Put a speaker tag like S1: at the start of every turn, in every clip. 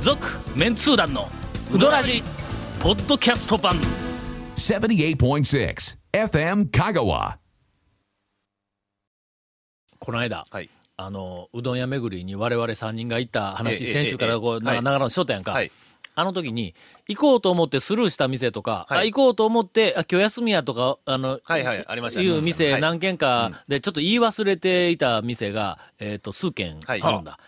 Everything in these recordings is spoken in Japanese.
S1: 続メンツー団のウドラジポッドキャスト版
S2: 78.6 FM Kagawa.
S1: この間、
S3: はい。
S1: あのうどん屋巡りに我々3人が行った話、
S3: ええ
S1: 先週からこう、
S3: ええ
S1: な
S3: はい
S1: 長野にしとったやんか、
S3: はい
S1: あの時に行こうと思ってスルーした店とか、
S3: はい
S1: あ行こうと思ってあ今日休みやとかあの、
S3: はいはいありました
S1: い
S3: あ
S1: う
S3: りましたは
S1: 店
S3: い
S1: 何軒かでちょっと言い忘れていた店が、えっと数軒あ
S3: はい
S1: るんだ、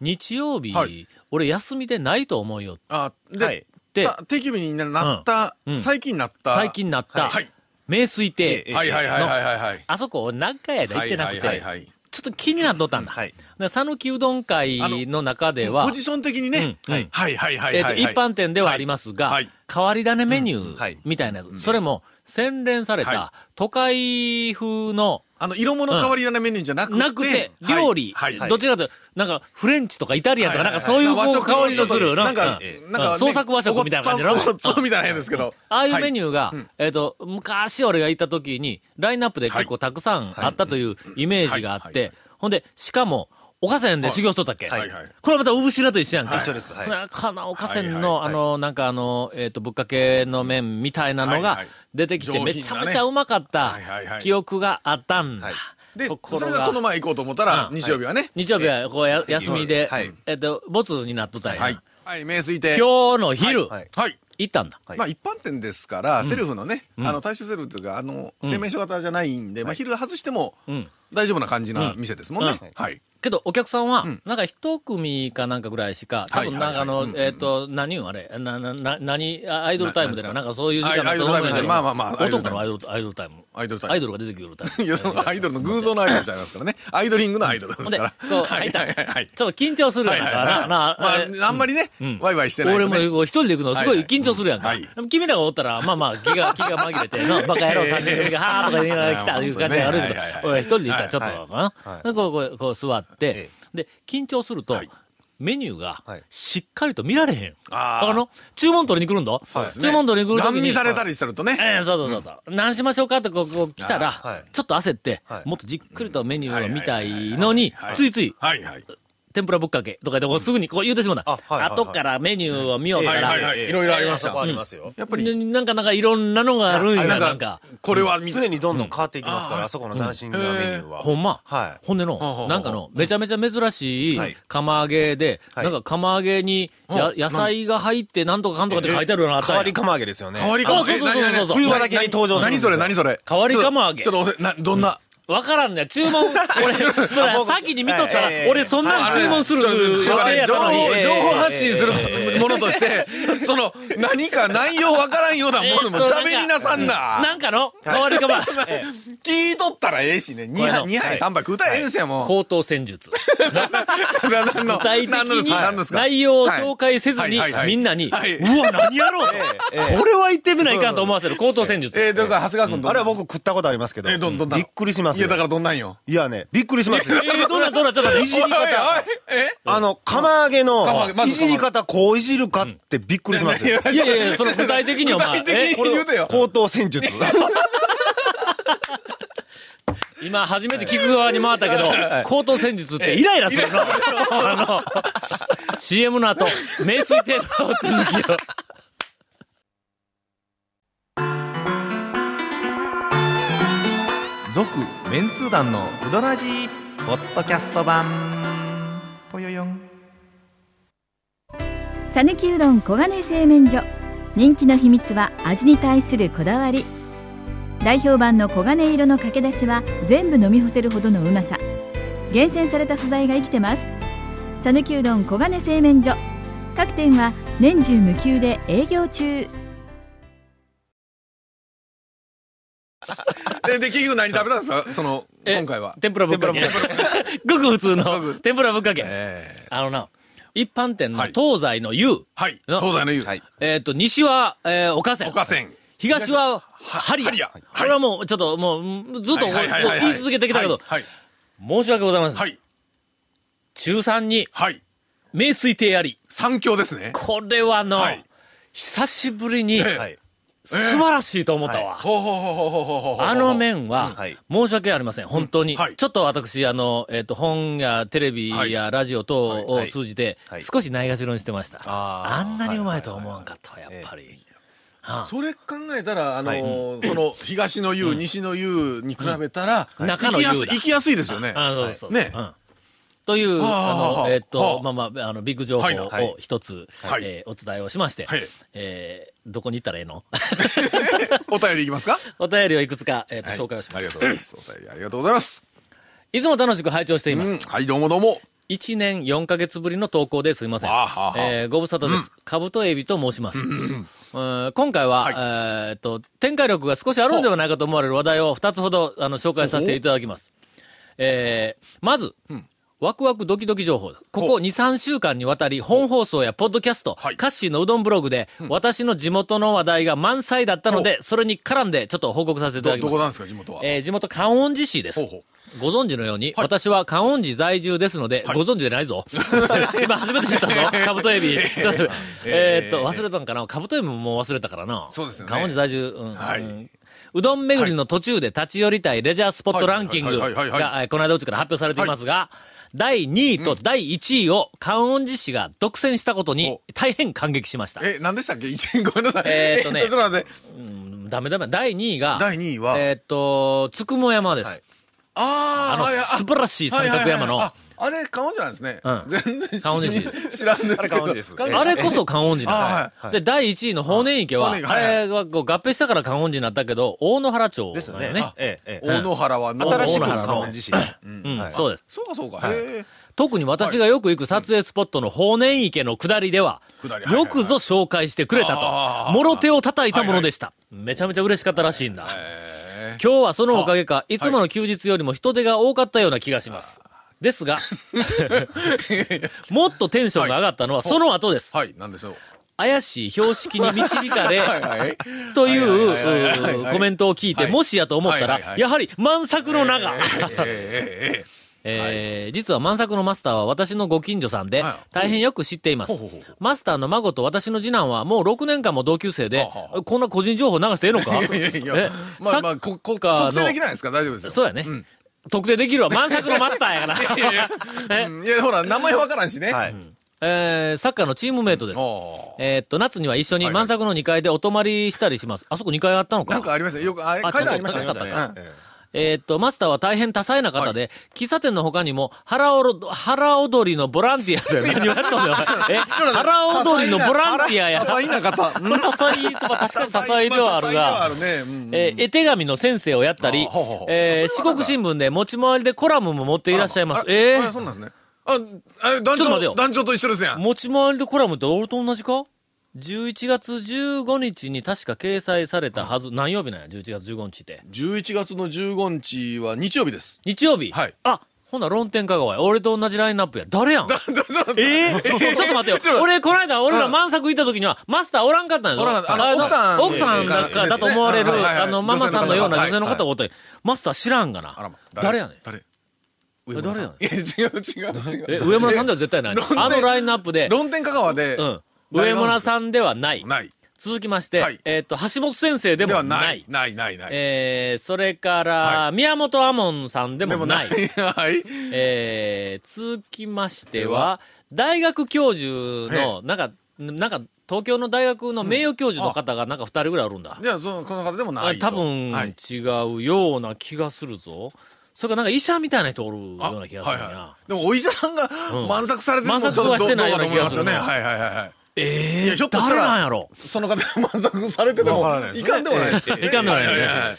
S1: 日曜日、
S4: はい
S1: 俺休みでないと思うよ
S4: あ、で、
S3: はい
S1: で
S4: た定休日になった、
S1: うんうん
S4: 最近なった。
S1: 最近なった、
S4: はい。
S1: 名水亭、
S3: ええ
S4: はいはいはいはいはいはい。
S1: あそこ何回やで行ってなくて、
S4: はいはいはいはい
S1: ちょっと気になっとったんだ。
S3: はい
S1: で讃岐うどん会の中では
S4: ポ、ジション的にね、
S1: うんうん
S4: はいはいはい
S1: えっ、
S4: はい、
S1: と、
S4: はい
S1: 一般店ではありますが、
S4: はい
S1: 変わり種メニ
S3: ん
S1: ュ
S3: は
S1: ー
S3: い
S1: みたいなやつ、それも洗練され
S4: は
S1: た都会風の、
S4: あの、色物変わり種メニューじゃなくて。
S1: なくて、
S4: はい
S1: 料理、
S4: はい。
S1: どちらかというと、なんか、フレンチとかイタリアンとか、
S4: は
S1: ないん
S4: はい
S1: か
S4: はい
S1: そういうこ
S4: 和
S1: う
S4: 食の
S1: 香りのす
S4: ちょ
S1: る、
S4: っと
S1: なんか、
S3: え
S4: えなんか
S1: うん創作和食みたいな感じの
S4: おっとみたいなやつですけど。
S1: ああいうメニ
S4: ュー。
S1: ューが、えっ、と、昔俺が行った時に、ラインナップで結構たくさんあったというイメージがあっ
S4: はいは
S1: て、ほんで、しかも、岡線で修行しとったっけ、
S4: はいはい
S1: これまた、うぶしらと一緒やんか。
S3: はい一緒ですはい
S1: なかな、岡線
S4: は
S1: の、あの、なんかあの、えっ、と、ぶっかけの麺みたいなの
S4: はい
S1: が
S4: はい
S1: 出てきて、
S4: 上品な
S1: め
S4: ね
S1: ちゃめちゃうまかった
S4: はいはいはい
S1: 記憶があったんだ。
S3: はい
S4: で
S1: と、ころ
S4: それ
S1: が
S4: がこ、の前行こうと思ったら、日曜日はね。
S1: 日曜日はこうや休みで、
S3: はい
S1: えっ、と、ボツになっとったんや、
S4: はい。はい、名水亭。
S1: 今日の昼、
S3: はい
S4: はい。
S1: 行ったんだ。
S3: はい
S4: まあ一般店ですから、セルフのね、あの、大衆セルフというか、あの、生命書型じゃないんで、まあ昼外しても
S1: ん、
S4: 大丈夫な感じな店ですもんね。
S1: う
S4: はい。
S1: けど、お客さんは、なんか一組かなんかぐらいしか、多
S4: はい
S1: 分なんかあ
S4: はい
S1: の
S4: はい、
S1: えっと、何よあれ、な、な、な、何、あアイドルタイムでな、なんかそういう時間
S4: はいアイドルタイム
S1: だと思うんやけど
S4: まあまあまあアイド
S1: 男
S4: ルタイム
S1: のアイドルアイドルタイム。ア
S4: アイドルタイム
S1: イドルが出てくるタイム。
S4: いや、そのアイドルの偶像のアイドルちゃいますからね。アイドリングのアイドル
S1: ほ
S4: で
S1: ん
S4: す
S1: で、
S4: か
S1: こ
S4: ら。
S1: う、入った。
S4: はいはいはい。
S1: ちょっと緊張するやんか。
S4: はいはいは
S1: ないな、
S4: まあ
S1: え
S4: あんまりね、ワイワイしてない
S1: 俺
S4: と
S1: も
S4: ね。
S1: こう一人で行くのすごい緊張するやんか。
S4: はいはい
S1: でも君らがおったら、まあまあ、気が、気 が紛れて、の、バカ野郎三人 組が、はーとか言いながら来たという感じがあるけど
S4: はいはいは、い
S1: 俺一人で行ったらちょっと
S3: はいは、
S1: なでこう、こう、こう座って
S3: え、
S1: で、緊張すると
S4: はい、
S1: メニューが
S3: はい
S1: しっかりと見られへん。
S4: あー
S1: あの、注文取りに来るんだ
S4: そうですね
S1: 注文取りに来るとき
S4: 乱
S1: に。
S4: 見されたりするとね。
S1: ええそうそうそうそう、何しましょうかってこう、こう来たら、
S3: ーはい
S1: ちょっと焦って、
S3: はい
S1: もっとじっくりとメニューを見たいのに、ついつい、
S4: はいはい。
S1: 天ぷらぶっかけとかでこうすぐにこう言うてしまうんだ。
S3: あはいはいはい
S1: 後からメニューを見ようか
S4: はい
S1: ら、
S4: はいはい。いろいろありまし
S3: そ
S4: た
S3: こ。ありますよ。
S4: やっぱり、
S1: ななんかなんかいろんなのがあるんや、
S3: あ
S1: な
S3: なんん
S1: か
S3: か。
S4: これは見
S3: 常にどんどん変わっていきますか
S4: うん
S3: ら、あそこの斬新なメニューは。
S1: ほんま、
S3: はい
S1: ほんで
S4: ほうほうほ
S1: の、
S4: う
S1: なんかの、めちゃめちゃ珍しい
S3: はい
S1: 釜揚げで、
S3: はい
S1: なんか釜揚げにや
S4: うん
S1: 野菜が入ってなんとかかんとかって書いてあるようなのあったん
S3: 変
S1: や
S3: わり釜揚げですよね。
S4: 変わり
S1: あ
S4: か
S1: そうそうそうそうそう
S3: 冬場だけに登場するんで
S4: 何
S3: すよ
S4: それ何それ。
S1: 変わり釜揚げ
S4: ちょっとちょっとおせ、な、どんな。
S1: わからんね注 文、俺、それ先に見とった
S3: え
S1: ら、
S3: え
S1: 俺そんなん注文する予定やった
S4: 情
S1: の
S4: 報
S1: に。
S3: ええ
S4: 情報発信するものとして、その、何か内容わからんようなものも喋りなさんな。
S1: なんかの変わりかば、
S4: 聞いとったらええしね。2
S1: これ
S4: 杯、
S1: の
S4: 二杯、3杯食うたらええんすよ、もう。
S1: 高等戦術。
S4: 何の
S1: 具体的
S4: 何のですか何ので
S1: に
S4: すか
S1: 内容を紹介せずに
S4: はいはいはいは、い
S1: みんなに、う
S4: はい
S1: わ、何やろうと
S3: ええええ
S1: これは言ってみないかんと思わせる高等戦術。
S4: えー、というか、長谷川君どん
S3: あれは僕食ったことありますけど。
S4: えどんどんな
S3: び
S4: の
S3: っくりします
S4: いや、
S3: よ。
S4: だからどんなんよ。
S3: いやね、びっくりしますよ。
S1: えー、どうだどうだちょっと待っていじり
S4: おいおい
S1: 方。
S3: あの、釜揚げ
S4: 釜
S3: の
S4: 揚げま、
S3: い
S4: ず釜
S3: じ
S4: 揚げ
S3: り方、こういじるかってびっくりしますよ。
S1: いやいやいや、その具体的にお
S4: 具
S1: 前
S4: 体、的
S1: え
S4: に言うてよ。
S3: 高等戦 術。
S1: 今初めて聞く側に回ったけど、高等戦術ってイライラするの。あの、CM の後、名水亭の続きを。
S5: 続メンツー団のウドラジポッドキャスト版ぽよよん
S6: さぬきうどん黄金製麺所人気の秘密は味に対するこだわり代表版の黄金色のかけだしは全部飲み干せるほどのうまさ厳選された素材が生きてます「さぬきうどん黄金製麺所」各店は年中無休で営業中
S4: で、で、結局何食べたんですかその、
S1: え
S4: 今回は。
S1: 天ぷらぶっかけ。ごく普通の天ぷらぶっかけ。
S4: えー
S1: あのな、一般店の
S4: はい
S1: 東西の湯、
S4: はい。
S1: の
S4: 東西の湯。
S3: はい
S1: えっ、と、西は、えー、岡線。
S4: 岡線。
S1: 東は、ハリ
S4: 針
S1: ア
S4: や。
S1: これはもう、ちょっと、もううん、ずっとこう
S4: はいはいはいはい
S1: 言い続けてきたけど、
S4: はい。
S1: 申し訳ございません。
S4: はい。
S1: 中3に、
S4: はい。
S1: 名水亭あり。
S4: 三強ですね。
S1: これはの、
S4: はい
S1: 久しぶりに、
S4: ええ
S3: はい
S1: 素晴らしいと思ったわ。
S4: ほうほうほうほうほうほうほう。
S1: あの。麺は
S3: はい、
S1: 申し訳ありません、本当に。
S4: うんはい
S1: ちょっと私、あの、えっ、と、本やテレビやラジオ等
S3: は
S1: を
S3: い
S1: 通じて
S3: は、い
S1: 少しないがしろにしてました。
S3: あ
S1: あ
S3: ー
S1: んなにうまいとは思わんかったわ、やっぱり。は
S4: それ考えたら、あのーその、東の湯、西の湯に比べたら、
S1: うん
S4: 行
S1: 中の
S4: き
S1: 湯だ
S4: やす行きやすいですよね。
S1: ああ、そうそう。
S4: ね
S1: うんという、
S4: はあはあ
S1: あ
S4: は
S1: の、
S4: あ
S1: えっ
S4: は
S1: と、
S4: あ
S1: まあまあ、あの、ビッグ情報
S4: はいは
S1: を一つ
S4: は、い
S1: えーお伝えをしまして
S4: はい、
S1: えーどこに行ったらええの
S4: お便りいきますか
S1: お便りをいくつか、えっと、
S4: はい
S1: 紹介をし
S4: あ
S1: ま
S4: り
S1: す
S4: が。とうございます。お便りありがとうございます。
S1: いつも楽しく拝聴していま
S4: うん
S1: す。
S4: はい、どうもどうも。
S1: 1年4ヶ月ぶりの投稿ですいません。
S4: あはは
S1: えーご無沙汰です。カブトエビと申します。うん今回は、
S4: はい
S1: えーっと、展開力が少しあるんではないかと思われる話題を2つほどあの紹介させていただきます。えーまず、ワクワクドキドキ情報。ここ
S4: ほ
S1: 2、3週間にわたり、本放送やポッドキャスト、
S4: はい
S1: カッシーのうどんブログで、私の地元の話題が満載だったので、それに絡んでちょっと報告させていただ
S4: ど、
S1: き
S4: ど
S1: ます
S4: こ。なんですか、地元は。
S1: えー地元、観音寺市です。
S4: ほうほう
S1: ご存知のように、
S4: はい
S1: 私は観音寺在住ですので、
S4: はい
S1: ご存知でない ぞ。今初めて知ったぞ、カブトエビ。ちょっと えーっと、忘れたんかな。カブトエビももう忘れたからな。
S4: そうですよね
S1: 観音寺在住。うん
S4: はい
S1: うんうどん巡りの途中で立ち寄りたいレジャースポットランキング
S4: はいはいはいはいはい
S1: が、えーこの間うちから発表されていますが、第2位と第1位を観音寺市が独占したことに大変感激しました。
S4: え、何でしたっけ一年ごめんなさい。
S1: えーっとね
S4: ちょっと待って。
S1: うんダメダメ。第2位が、
S4: 第2位は、
S1: えーっと、つくも山です。あ
S4: あ
S1: の、
S4: ーいやあ、
S1: 素晴らしい三角山の。
S4: はいはいはいああれ、顔じゃないですね。
S1: うん
S4: 全然
S1: 観音寺市で
S4: 知らんですけど。
S3: あれ観音寺です
S1: あれこそ観音寺なん
S4: あ
S1: ですよで、第1位の法然池は、
S4: 法
S1: あ
S4: 然池はい
S1: れはこう合併したから観音寺になったけど、大野原町
S3: ですよ
S1: だ
S3: ね
S1: よ
S3: ね
S1: ね。。
S3: えええ え
S4: 大野原はの
S3: 新しく
S1: 大野原の
S3: 観音寺市。
S1: うん、
S3: はい
S1: そうです。
S4: そうかそうか。へえ。
S1: 特に私がよく行く撮影スポットの法然池の下りでは、
S4: 下りはい
S1: よくぞ紹介してくれた
S4: あ
S1: と、
S4: ー
S1: もろ手を叩いたものでした。めちゃめちゃ嬉しかったらしいんだ。今日はそのおかげか、いつもの休日よりも人手が多かったような気がします。です が、もっとテンションが上がったのはその後です。
S4: はい、なんでしょう。
S1: 怪しい標識に導かれ、
S4: はいはい。
S1: とい
S4: はいはいはいはいう
S1: うコメントを聞いて、
S4: はい
S1: もしやと思った
S4: はいはい
S1: ら、
S4: はい
S1: やはり満作の名が。
S4: えええええええ
S1: えー実は満作のマスターは私のご近所さんで
S4: はい、
S1: 大変よく知っています
S4: ほうほうほう。
S1: マスターの孫と私の次男はもう6年間も同級生で
S4: はあは、
S1: こんな個人情報流していいのか
S4: え。いやいやい
S1: え
S4: や。まあ
S1: サ
S4: まあ、こ、こ、
S1: ッカーの
S4: 特定できないですから大丈夫ですよ。
S1: そうやね
S4: ん。
S1: 特定できるわ。満作のマスターやから。
S4: いやいや
S1: え
S4: うんいや、ほら、名前わからんしね。
S3: はい
S4: うん。
S1: えーサッカーのチームメイトです。
S4: あ
S1: えーっと、夏には一緒に
S4: はいはい
S1: 満作の2階でお泊まりしたりします。あそこ2階あったの
S4: あ。なんかありましたよ。よく、あれ、
S1: あ
S4: 書いてありました
S1: ちょっと
S4: ね。
S1: あったあったえーっと、マスターは大変多彩な方で、喫茶店の他にも、腹おろ、腹踊りのボランティアだよ。何をやったんだよ。 え、腹踊りのボランティアや。
S4: 多彩な方。うん
S1: 多彩とは確かに多彩ではあるが、
S4: 多彩ではあるね。うんうん
S1: えー絵手紙の先生をやったり
S4: あほうほうほう、
S1: えー四
S4: それはなん
S1: 国
S4: か
S1: 新聞で持ち回りでコラムも持っていらっしゃいます。
S4: あ
S1: え
S4: あ
S1: ー
S4: そうなんですね。あ、あ団
S1: ちょっと待てよ
S4: 長、団長と一緒ですやん。
S1: 持ち回りでコラムって俺と同じか ?11 月15日に確か掲載されたはず、何曜日なんや ?11 月15日って。
S4: 11月の15日は日曜 日です。
S1: 日曜日
S4: はい
S1: あ、ほな論点香川や。俺と同じラインナップや。誰やんええちょっと 待ってよ。俺、この間、俺ら満作行った時には、マスターおらんかったんやぞ。
S4: おらんかったあの奥さん
S1: 奥さんだからだと思われる
S4: はいはい、はい
S1: あの、ママさんのような女性の
S4: はい
S1: 方がおって、マスター知らんがな。誰やねん。
S4: 誰
S1: え誰やねん
S4: いや、違う違う違
S1: え、
S4: う。
S1: 上村さんでは絶対ない
S4: え。
S1: あのラインナップで、
S4: 論点香川で、
S1: うん。上村さんではない。
S4: ない。
S1: 続きまして、
S4: はい
S1: えっ、と、橋本先生で
S4: で
S1: も
S4: は
S1: な
S4: ないい。。ないないない。
S1: えー、それから、
S4: は
S1: 宮本亞門さんでもない。
S4: はい。
S1: えー、続きまして
S4: で
S1: は
S4: は、
S1: 大学教授
S4: え
S1: の、なんか、なんか、東京の大学の名誉教授の方が、なんか二人ぐらいおるんだ。
S4: じゃあ、その、この方でもないと。
S1: 多分、
S4: はい。
S1: 違うような気がするぞ。それからなんか医者みたいな人おるよ
S4: あ
S1: うな気がするな。
S4: はいはいでも、お医者さんが
S1: ん
S4: 満作されてるのも
S1: 満足はしてないよ
S4: ど
S1: う
S4: う
S1: な
S4: かと
S1: 気
S4: 思い
S1: がるな
S4: ますすよね。はいはいはいはい。
S1: えー、
S4: いやひょっとしたら
S1: 誰なんやろ
S4: その方が 満足されてても
S3: わからないで
S4: い
S3: すね
S4: かんでもないですけどね。
S1: いかんでもないですね
S4: ややや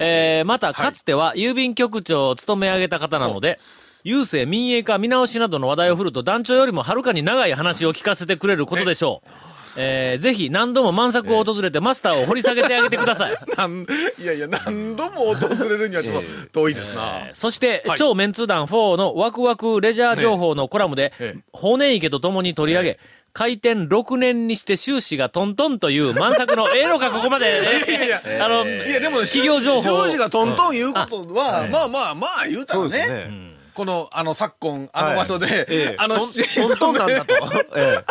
S1: えーまた、かつては郵便局長を務め上げた方なので、郵政民営化見直しなどの話題を振ると団長よりもはるかに長い話を聞かせてくれることでしょう。えーぜひ何度も満作を訪れてマスターを掘り下げてあげてください。
S4: なんいやいや、何度も訪れるにはちょっと遠いですな。
S1: そして、
S4: はい
S1: 超メンツー団4のワクワクレジャー情報のコラムで、
S4: ええ
S1: 法然池と共に取り上げ、開店6年にして収支がトントンという満作の、ええのかここまで、
S4: いやいや
S1: あの、
S4: いや、でも、
S1: 企業情報を。
S4: 庄司がトントン言うことは、まあまあまあ言うたら
S3: そうです
S4: ね。
S3: ね。
S4: この、あの、昨今、あの場所で、
S3: ええ
S4: あの
S3: トン
S4: シチュエーションで
S3: トントンなんだと。えええ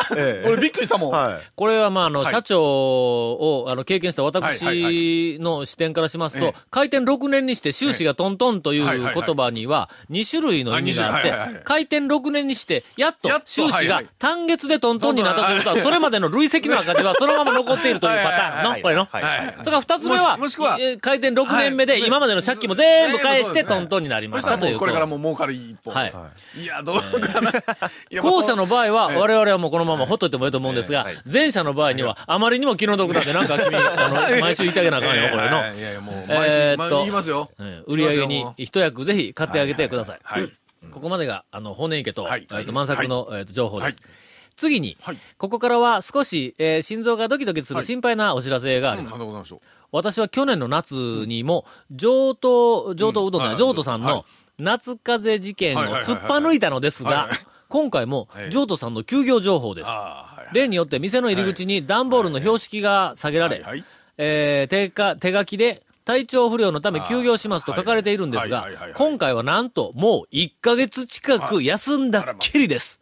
S3: え
S4: 俺びっくりしたもん。
S3: は
S1: これは、まあ、あの、
S4: はい
S1: 社長を、あの、経験した
S4: はいはいは
S1: 私の視点からします
S4: え
S1: と
S4: え、
S1: 開店6年にして収支がトントンという
S4: はいはいはい
S1: 言葉には、2種類の意味があっ
S4: あ二種類はいはいは
S1: て
S4: い、
S1: 開店6年にして、やっと
S4: やっと
S1: 収
S4: は
S1: 支
S4: いは
S1: が
S4: い
S1: 単月でトントンになったということは、
S4: トントン
S1: それまでの累積の赤 字はそのまま残っているというパターン
S3: は
S1: の、
S3: い
S1: これの。
S3: は
S1: そ
S3: い
S1: れ
S3: は
S1: か
S3: いはい
S1: ら2つ目は
S4: もしもしくは、
S1: え開店6年目
S4: は
S1: で
S4: い
S1: 今までの借金も全部返して
S4: 全部
S1: ト
S4: そうですね
S1: ントンになりま
S4: そ
S1: し
S4: し
S1: た
S4: たら
S1: とい
S4: も
S1: うう
S4: これからもう儲かる一本。
S1: はい
S4: い、や、どうかな。いやまあ
S1: 後者の場合は、
S4: ええ
S1: 我々はもうこのままほっといてもいいと思うんですが、前者の場合には、あまりにも気の毒なんで、なん か君、あの、毎週言ってあげなあかんよ、これの。
S4: いやいや、もう、毎週、
S1: えー
S4: 毎
S1: っ
S4: 週
S1: と
S4: 言いますよ。
S1: えー売り上げに一役ぜひ買ってあげてください。
S4: はいはいはい
S1: ここまでが、あの、法然池と、
S4: はい
S1: えーっと、満作の、えーっと情報です。
S4: は
S1: 次に、
S4: はい
S1: ここからは少し、えー心臓がドキドキす
S4: は
S1: る
S4: い
S1: 心配なお知らせがあ
S4: う
S1: り
S4: ん、
S1: ます。
S4: なんでございましょう。
S1: 私は去年の夏にも、上等、上等うどん
S4: う
S1: な、
S4: ん
S1: 上等さん
S4: は
S1: の
S4: い
S1: 夏風邪事件をすっぱ抜いたのです
S4: はいは
S1: が
S4: いはいはい、
S1: 今回も
S4: はい
S1: 上等さんの休業情報です。
S4: ああ、はいはい。
S1: 例によって店の入り口に段ボールの標識が下げられ
S4: はいはい、
S1: えー手か手書きで体調不良のため休業しますと書かれているんですが
S4: はいはいはいはい、
S1: 今回はなんともう1ヶ月近く休んだっきりです。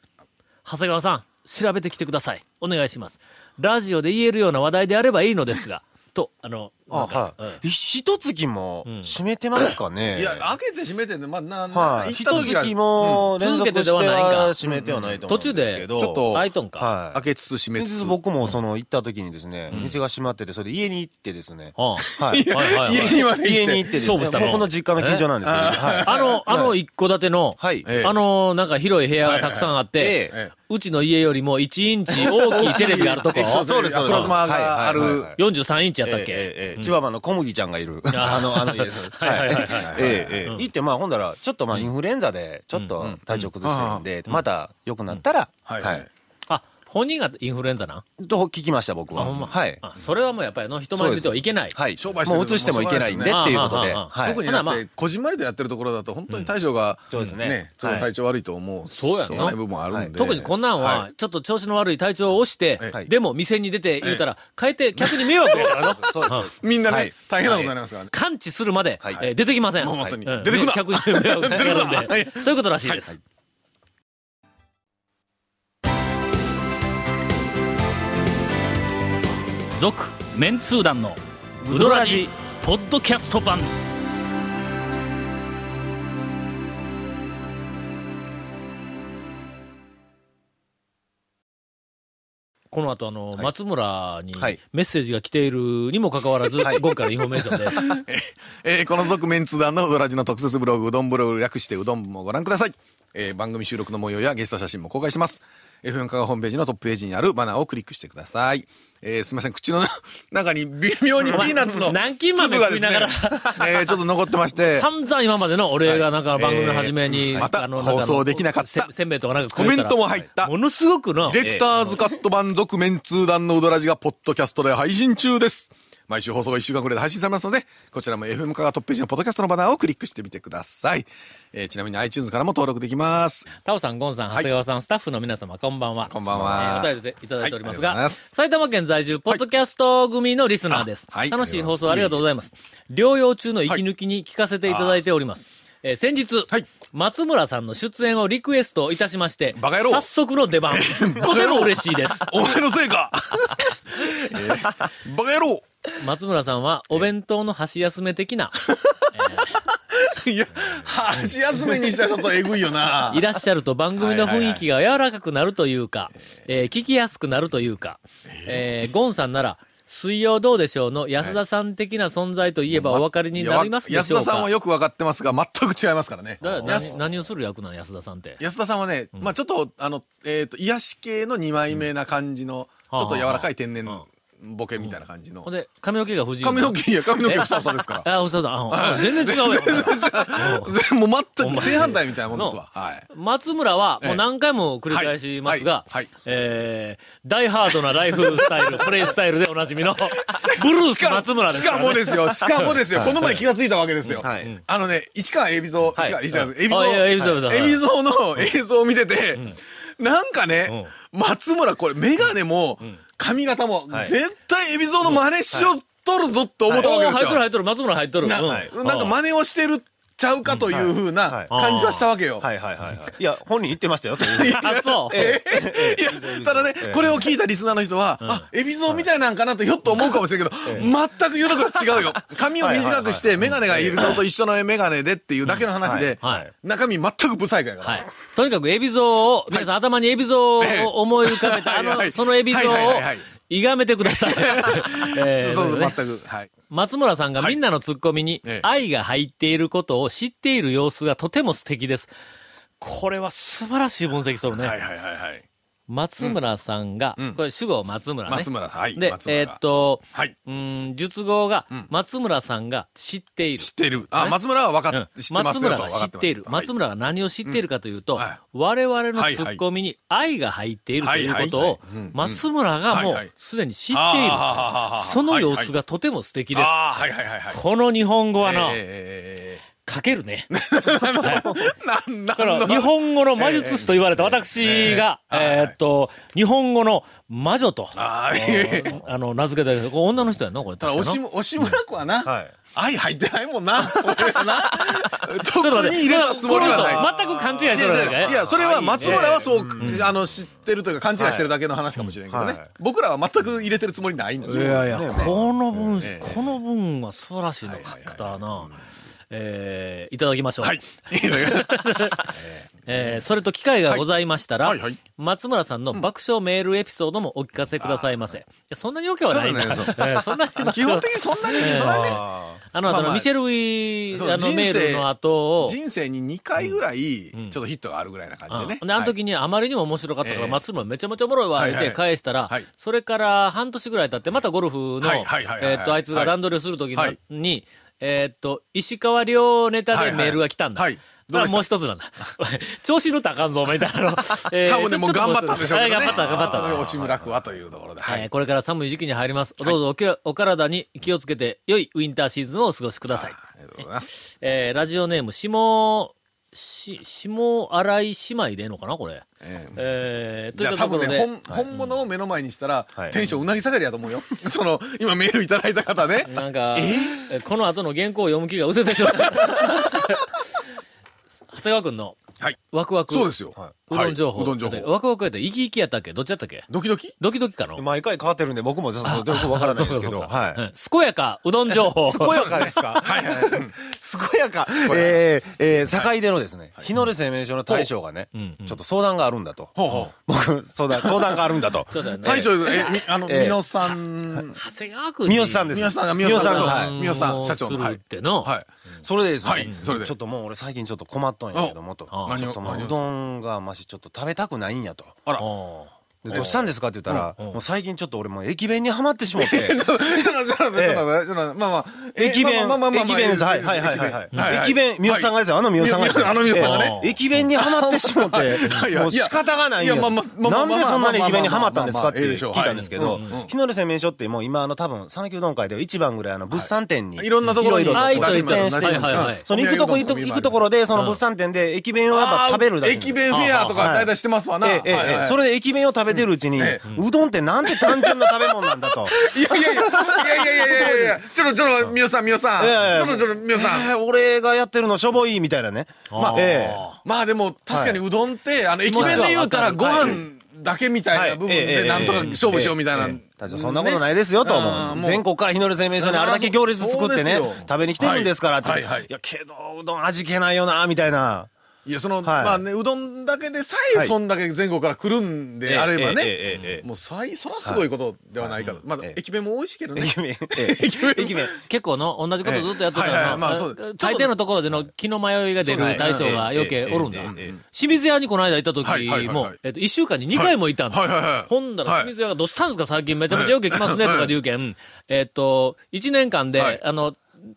S1: 長谷川さん、調べてきてください。お願いします。ラジオで言えるような話題であればいいのです が、と、あの、なんか
S3: あ、はい。ひと月も閉めてますかね
S4: いや、開けて閉めてね、まあ、な、
S3: はい。
S4: 行っ
S3: ひ
S4: た
S3: と
S4: 時が、
S3: 月も連続して
S1: 続けてではないか
S3: は閉めてはないと思
S1: 途
S3: うん
S1: 中
S3: ですけ
S1: で、
S3: ど。
S4: ちょっと
S1: 開いとんか。
S3: はい
S4: 開。けつつ閉め
S3: 先
S4: つつ。
S3: 日僕もその行った時にですね、店が閉まってて、それで家に行ってですね。
S1: ああ
S3: はい。
S1: はいはいはい
S4: 家にまで
S3: 家
S4: 行
S3: に
S4: って。
S3: 行ってです
S1: 勝
S3: ね。
S1: 負したの
S3: 僕の実家の近所なんですけど。はい
S1: あの、あの一戸建ての、
S3: はい。
S4: ええ
S1: あの、なんか広い部屋がたくさんあっ
S3: え
S1: て、
S3: え
S4: え
S1: うちの家よりも1インチ大きいテレビがある とこ
S3: そうそうです、そうです。
S4: プラズマがある
S3: はいはいはいはい
S1: 43インチやったっ
S3: ええ
S1: け
S3: ええええチワワの小麦ちゃんがいる。
S1: あ
S3: あの、あの家 です。
S1: はいはいはいはい
S3: ええええ行って、まあ、ほんだら、ちょっとまあ、インフルエンザで、ちょっと体調崩してるんで、また良くなったら、
S4: はい
S3: はい。
S1: あ、本人がインフルエンザなん
S3: と聞きました、僕
S1: あ、
S3: は。
S1: ほんま。
S3: はい。
S1: あ、それはもうやっぱりあの人前に出てはいけない。
S3: はい。
S4: 商売してる
S3: もう移してもいけないんで、
S1: もう
S3: っていうことで。
S1: ああああああ
S3: はい
S4: 特に
S1: た
S4: だ
S1: だま
S4: っ
S1: あ
S4: て、こじんまりとやってるところだと、本当に大将が、
S3: そうですね
S4: ちょっと体調悪いと思う。
S1: そうやな
S4: しょうがない部分もあるんで。
S1: 特にこんなんは、ちょっと調子の悪い体調を押して、
S3: はい
S1: でも店に出て言うたら、変えて客に迷惑やからな。
S3: そうですそうです。
S4: みんな
S3: は
S4: ね
S3: い、
S4: 大変なことになりますからね。
S1: 感知するまで、
S3: はい
S1: えー出てきません。
S4: もう本当に
S1: はい
S4: 出てくな
S1: 客に迷惑かかるん
S4: 出てくなは
S1: で
S4: い。
S1: そういうことらしいです。続、メンツー団のウドラジポッドキャスト版この後あの、松村に
S3: はい
S1: メッセージが来ているにもかかわらず、
S3: い
S1: 午後からインフォメーションです。
S4: えーこの続面通談のうどらじの特設ブログ、うどんブログ略してうどんもご覧ください。えー番組収録の模様やゲスト写真も公開してます。FM カがホームページのトップページにあるバナーをクリックしてください。えーすみません、口の 中に微妙にピーナッツの
S1: お前南京豆
S4: 粒がですね
S1: 食いながら
S4: えーちょっと残ってま して、
S1: 散々今までのお礼がなんか番組の初めに、
S4: えーまた
S1: あの
S4: 放送できなかった
S1: せせんべいとかなんか
S4: コ
S1: くれ
S4: メ
S1: た
S4: ン
S1: ら
S4: トも入った。
S1: ものすごくな
S4: ディレクターズカット版続面通談のうどらじがポッドキャストで配信中です。毎週放送が1週間くらいで配信されますので、こちらも FM カがトップページのポッドキャストのバナーをクリックしてみてください。えーちなみに iTunes からも登録できます。
S1: タオさん、ゴンさん、長谷川さん、スタッフの皆様、こんばんは。
S4: こんばん
S1: えー
S4: は
S1: お便りでいただいておりますが、
S4: はいありがとうございます
S1: 埼玉県在住、ポッドキャスト組のリスナーです。
S4: はい
S1: 楽しい放送ありがとうございます。療養中の息抜きに聞かせていただいております。えー先日、
S4: はい
S1: 松村さんの出演をリクエストいたしまして、
S4: バカ野郎
S1: 早速の出 番。とても嬉しいです。
S4: お前のせいかバカ野郎
S1: 松村さんは、お弁当の箸休め的な、
S4: いや、箸休めにしたらちょっとえぐいよな。
S1: いらっしゃると番組の雰囲気が柔らかくなるというか、えー聞きやすくなるというか、えーゴンさんなら、水曜どうでしょうの安田さん的な存在といえばお分かりになりますでしょう
S4: 安田さん
S1: か
S4: はよくわかってますが、全く違いますからね。
S1: だ
S4: 安
S1: 何何をする役なん安田さんって。
S4: 安田さんはね、まあちょっと、あの、えっ、と、癒し系の2枚目な感じ
S1: う
S4: の、
S1: ん
S4: ちょっと柔らかい天然ボケみたいな感じの
S1: ほん。で、髪の毛が不自由。
S4: 髪の毛、いや、髪の毛
S1: え
S4: ふさふさです から。
S1: あ、嘘だ。あ全然違うよ。
S4: 全もう全
S1: ほんま
S4: く
S1: に
S4: 正反対みたいなもんですわ。はい。
S1: 松村はもう何回も繰り返しますが、
S4: はいはいはい
S1: えー、大ハードなライフスタイル、プレイスタイルでおなじみの、ブルース
S4: しか
S1: 松村
S4: も、
S1: です
S4: し
S1: から、
S4: か
S1: ね。
S4: もですよ、しかもですよ、この前気がついたわけですよ。
S3: はい
S4: あのね、市川海老蔵、
S3: はい
S4: 市川市川海
S1: あいや海老蔵
S4: 老蔵、
S1: さん
S4: 海老蔵の映像を見てて、なんかね、松村これ、メガネも、髪型も、
S3: はい
S4: 絶対海老蔵の真似しようとるぞと思ったわけ
S1: おー
S4: です
S1: 入っ
S4: よ
S1: とる。入っとる、松村入っとる。
S4: な
S1: うん
S4: なんか真似をしてるちゃうかというふうな感じはしたわけよ。
S3: はいはいはいはい。いや、本人言ってま したよ、それ
S1: あ、そう。
S4: ええいや
S3: ええ
S4: ただね
S3: ええ、
S4: これを聞いたリスナーの人は、あ、エビゾみたいなんかなとひょっと思うかもしれんけど、全く言うとこは違うよ。髪を短くして、メガネがエビゾと一緒のメガネでっていうだけの話で
S1: うんはいはい、
S4: 中身全く不細工やから。
S1: はい。とにかく、エビ像を、皆さん頭にエビ像を思い浮かべて、あ
S4: はいは
S1: の、
S4: い
S1: そのエビ像を
S4: はいはいはいはい、
S1: いがめてくだ さい。えー
S4: そうそう、
S1: ということでね
S4: 全く。はい。
S1: 松村さんがみんなのツッコミに
S4: ええ、
S1: 愛が入っていることを知っている様子がとても素敵です。これは素晴らしい分析するね。
S4: はいはいはいはい。
S1: 松村さんが、
S4: うん
S1: これ主語松村ね。
S4: 松村さんはい
S1: で
S4: 松、村
S1: え
S4: が
S1: ーっと、
S4: はいう
S1: ーん、述語が
S4: ん、
S1: 松村さんが知っている
S4: 知。ってる。あ、
S1: ね
S4: 松村は分
S1: う
S4: か
S1: ん
S4: っ、知ってます
S1: 松
S4: よ
S1: 村
S4: と
S1: が
S4: 分か
S1: 知
S4: っ
S1: ってている。
S4: ます
S1: 松村が何を知っているかというと、
S4: うんはい
S1: 我々の
S4: はい
S1: ツ
S4: はい
S1: ッコミに愛が入っているということを、
S4: はいはいはいうん
S1: 松村がも
S4: はいは
S1: う
S4: い
S1: すでに知っている。
S4: あーははははは
S1: その様子がとても素敵です。
S4: ああ、はいはいはいはい。
S1: この日本語はな、
S4: え
S1: 書ける ね。
S4: ーなんだ
S1: だから、日本語の魔術師と言われた私が、えーっと、日本語の魔女と、
S4: あーいえいえ
S1: あの、名付けたこれ女の人やんな、これ。
S4: ただ、
S1: 確
S4: お
S1: かな
S4: しむ、おしむらくはな、
S3: はい
S4: 愛入ってないも んな、俺はな。
S1: ちょっと
S4: 特
S1: 待っ
S4: に
S1: て
S4: 入れたつもりはない。
S1: これと全く勘違い
S4: い
S1: するわけ
S4: やいやいや、それは松村はそう、あの、知ってるというか勘違いしてるだけの話かもしれんけどね。
S3: はいはい
S4: 僕らは全く入れてるつもりないんです
S1: い
S4: よ。
S1: やいや、この文、
S4: ええ
S1: この文は素晴らしいの書き方だな。えー、いただきましょう。
S4: はい。 いいね
S1: えー、それと機会がございましたら、
S4: はいはいはい
S1: 松村さんの爆笑メールエピソードもお聞かせくださいませ。いやそんなに余計はないな。
S4: そうだね
S1: えーそんなに
S4: 基本的にそんなに、そんなにね
S1: あの、あ
S4: まあま
S1: の、
S4: あ
S1: ミシェル・ウィ
S4: そう
S1: あの
S4: 人
S1: メ
S4: 生
S1: ールの後を、
S4: 人生に2回ぐらい、ち
S1: う
S4: ょ
S1: ん
S4: っとヒットがあるぐらいな感
S1: あ
S4: じでね。
S1: で、あの時にあまりにも面白かったから、
S4: ええ
S1: 松村めちゃめちゃおもろいわ、
S4: はい
S1: 言っ
S4: はい
S1: て返したら
S4: はい、
S1: それから半年ぐらい経って、またゴルフの、
S4: はいはいはいはいはい
S1: えーっと、あいつが段取りをする時の
S4: はい
S1: に、えーっと、石川遼ネタ
S4: はい
S1: で
S4: はい
S1: メールが来たんだ。
S4: はい
S1: だ
S4: どう
S1: から
S4: でした
S1: もう一つなんだ。 調子乗ったらあかんぞ、お前みたい な。えー
S4: 多分ね、もう頑張ったんでしょうけどね。
S1: はい頑張った、頑張った。
S4: おしむらくはというところで。は
S1: えー
S4: い。
S1: これから寒い時期に入ります。どうぞおきらお体に気をつけて、良いウィンターシーズンをお過ごしください。
S4: ありがとうございます。
S1: えーラジオネーム、下、し、下荒井姉妹でいいのかなこれ。
S4: えー
S1: えー、とい
S4: じ
S1: っ
S4: ゃ
S1: た
S4: あ
S1: とこ
S4: 多分
S1: ろ
S4: ね、
S1: で、
S4: 本本物を目の前にしたら
S3: はい、
S4: テンションうなぎ下がりやと思うよ。その、今メールいただいた方ね。
S1: なんか、えこの後の原稿を読む気がうせてし まう。長谷川君の
S4: はい。
S1: ワクワク。
S4: そうですよ。は
S1: う
S4: い
S1: どん情報。
S4: はいうどん情報。
S1: ワクワクやったら生き生きやったっけどっちやったっけ
S4: ドキドキ
S1: ドキドキかの
S3: 毎回変わってるんで、僕もそうそうよくわからないですけど、はい。
S1: い。健やかうどん情報。
S3: 健やかですかはいはい。健やか。えー、えー、境出のですね、日の出生命書の大将がね、ちょっと相談があるんだと。
S4: ほうほう。
S3: 僕、相 談、相談があるんだと。
S1: そうだよね。
S4: 大将、え、みあの、
S3: ええ
S4: 美濃さん、
S1: 長谷川君に。
S3: 三好さんです。
S4: 美濃さんが、美濃さん
S3: 三好
S4: が、
S3: さん
S4: はい
S3: が
S4: 美濃さん、社長
S1: す
S4: の。
S1: る
S4: は
S1: っ
S4: い。
S1: ての。
S4: はい。
S3: それでですね、
S4: はいそれで
S3: ちょっともう俺最近ちょっと困っとんやけどもと、
S1: あ
S4: 何
S3: ちょ
S4: を
S3: っとも
S4: 何
S3: う
S4: を
S3: うどんがあんましちょっと食べたくないんやと。
S4: あら。ちょ
S1: あ
S3: でどうしたんですかって言ったら、もう最近ちょっと俺もう駅弁にはまってしもって。
S4: っとちょっとちょっとちょっと
S3: ええ
S4: ちょっとまあまあ。え
S3: 駅弁、
S4: まあまあまあまあ
S3: 駅弁です。
S4: まあ
S3: はいはいはいはい
S4: 駅弁はい
S3: はい。駅弁、三好さんがですよ、あの三好さんがですよ。
S4: あの三好さんがね
S3: ええ駅弁にはまってし もっ
S4: い
S3: て、
S4: や
S3: もう仕方がないよ
S4: いやまあまあま
S3: な
S4: あ
S3: ん
S4: まあまあ
S3: でそんなに駅弁にはまったんですかって
S4: まあまあまあまあええでし
S3: 聞
S4: ょう
S3: いたんですけ
S4: は
S3: ど
S4: いうんうん、
S3: 日の出製麺所ってもう今あの多分、讃岐うどん会では一番ぐらいあの物産展に。
S4: いろんなところに
S3: いろいろ
S1: あ
S3: こう
S1: い
S3: 出
S1: ろいろ
S3: 店してるんです
S1: はい
S3: よ
S1: はいはい
S3: その行くとこ行くと行くところで、その物産展で駅弁をやっぱ食べるだけ。
S4: 駅弁フェアとか大体してますわな。
S3: ええええ
S4: はいはい
S3: ええそれで駅弁を食べてるうちに、
S4: え
S3: うどんってなんて単純な食べ物なんだ と。
S4: いやいやいや、いやいやいやいやいや、ちょっとちょっと、みよさん、みよさん、
S3: いやい
S4: ちょ
S3: や
S4: っとちょっと、みよさん。
S3: えー俺がやってるのしょぼいみたいなね。まあ、ええ
S4: まあでも、確かにうどんって、あの、駅弁で言うたら、ご飯だけみたいな部分
S3: はいえええ
S4: で、
S3: え
S4: なんとか勝負しようみたいな。
S3: 大将そんなことないですよと
S4: ねあ
S3: 思
S4: あ
S3: う、
S4: もう
S3: 全国から日の出製麺所にあれだけ行列作ってね
S4: そうですよ
S3: 食べに来てるんですからって、
S4: はいいはいはい
S3: やけどうどん味気ないよなみたいない
S4: や、その、
S3: はい
S4: まあね、うどんだけでさ
S3: は
S4: え、
S3: い
S4: そんだけ全国から来るんであれば
S3: ええ
S4: ね、
S3: えええええ
S4: もうさい、そらすごいことではないから、まあ
S3: ええ、
S4: 駅弁も美味しいけど
S3: え
S4: ね。
S3: 駅弁ええ 駅弁
S1: 結構の、同じことずっとやってた
S4: はいはいはいまあ
S1: ら
S4: そう
S1: の
S4: ですちょっ、と
S1: 大抵のところでの気の迷いが出る大将が余計おるんだ
S3: ええええええええ。
S1: 清水屋にこの間行った
S4: はいはい
S1: 時
S4: はい
S1: も
S4: はい、
S1: えっと、一週間に二回もいたん
S4: はいはいはいは
S1: だ
S4: い。
S1: ほんだら
S4: はい
S1: 清水屋がどうしたんですか最近めちゃめちゃよく来ますねとかで言うけん、えっと、一年間
S4: は
S1: で
S4: い、
S1: あの、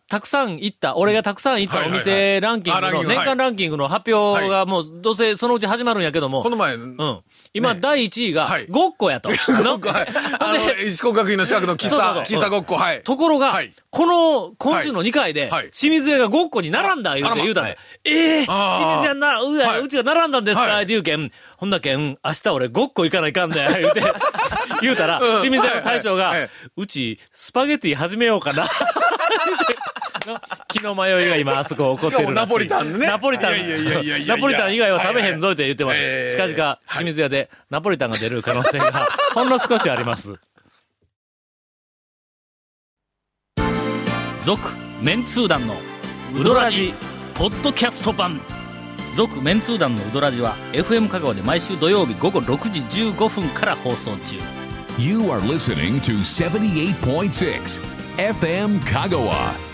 S1: たくさん行った、俺がたくさん行ったお
S4: はいはいは
S1: 店
S4: い
S1: ランキング
S4: あラン
S1: の、
S4: キング
S1: 年間ランキングの発表がもう、どうせそのうち始まるんやけども
S4: こ、の前、
S1: うん。今、
S4: ね
S1: 第一位が
S4: はい、
S1: ごっこ やと。
S4: 僕はあの、石工学院の近くの喫
S1: そうそう
S4: 茶、
S1: そう
S4: 喫茶ごっこ、はい。
S1: ところが、
S4: はい
S1: この、今週の2回で、
S4: はいはい
S1: 清水屋がごっこに並んだ、言う
S4: あら
S1: て
S4: ま
S1: 言うたん
S4: は
S1: だ
S4: い。
S1: ええー、
S4: あー
S1: 清水屋な、うわ
S4: はいう
S1: ちが並んだんですか、
S4: はい
S1: って言うけん、ほんだけん、明日俺ごっこ行かないかんだよ、 言うて、言うたら、
S4: うん
S1: 清水屋の大将が、
S4: はいはい う
S1: ち、スパゲティ始めようかな。気の迷いが今あそこ起こってるらしい
S4: しかもナポリタンね
S1: ナポリタン
S4: いやいやいやいやいや
S1: ナポリタン以外は食べへんぞって言ってます、
S4: はいはいはい
S1: 近々清水屋でナポリタンが出る可能性 がほんの少しあります続メンツー団のウドラジポッドキャスト版続メンツー団のウドラジは FM 香川で毎週土曜日午後6時15分から放送中
S2: You are listening to 78.6 FM Kagawa.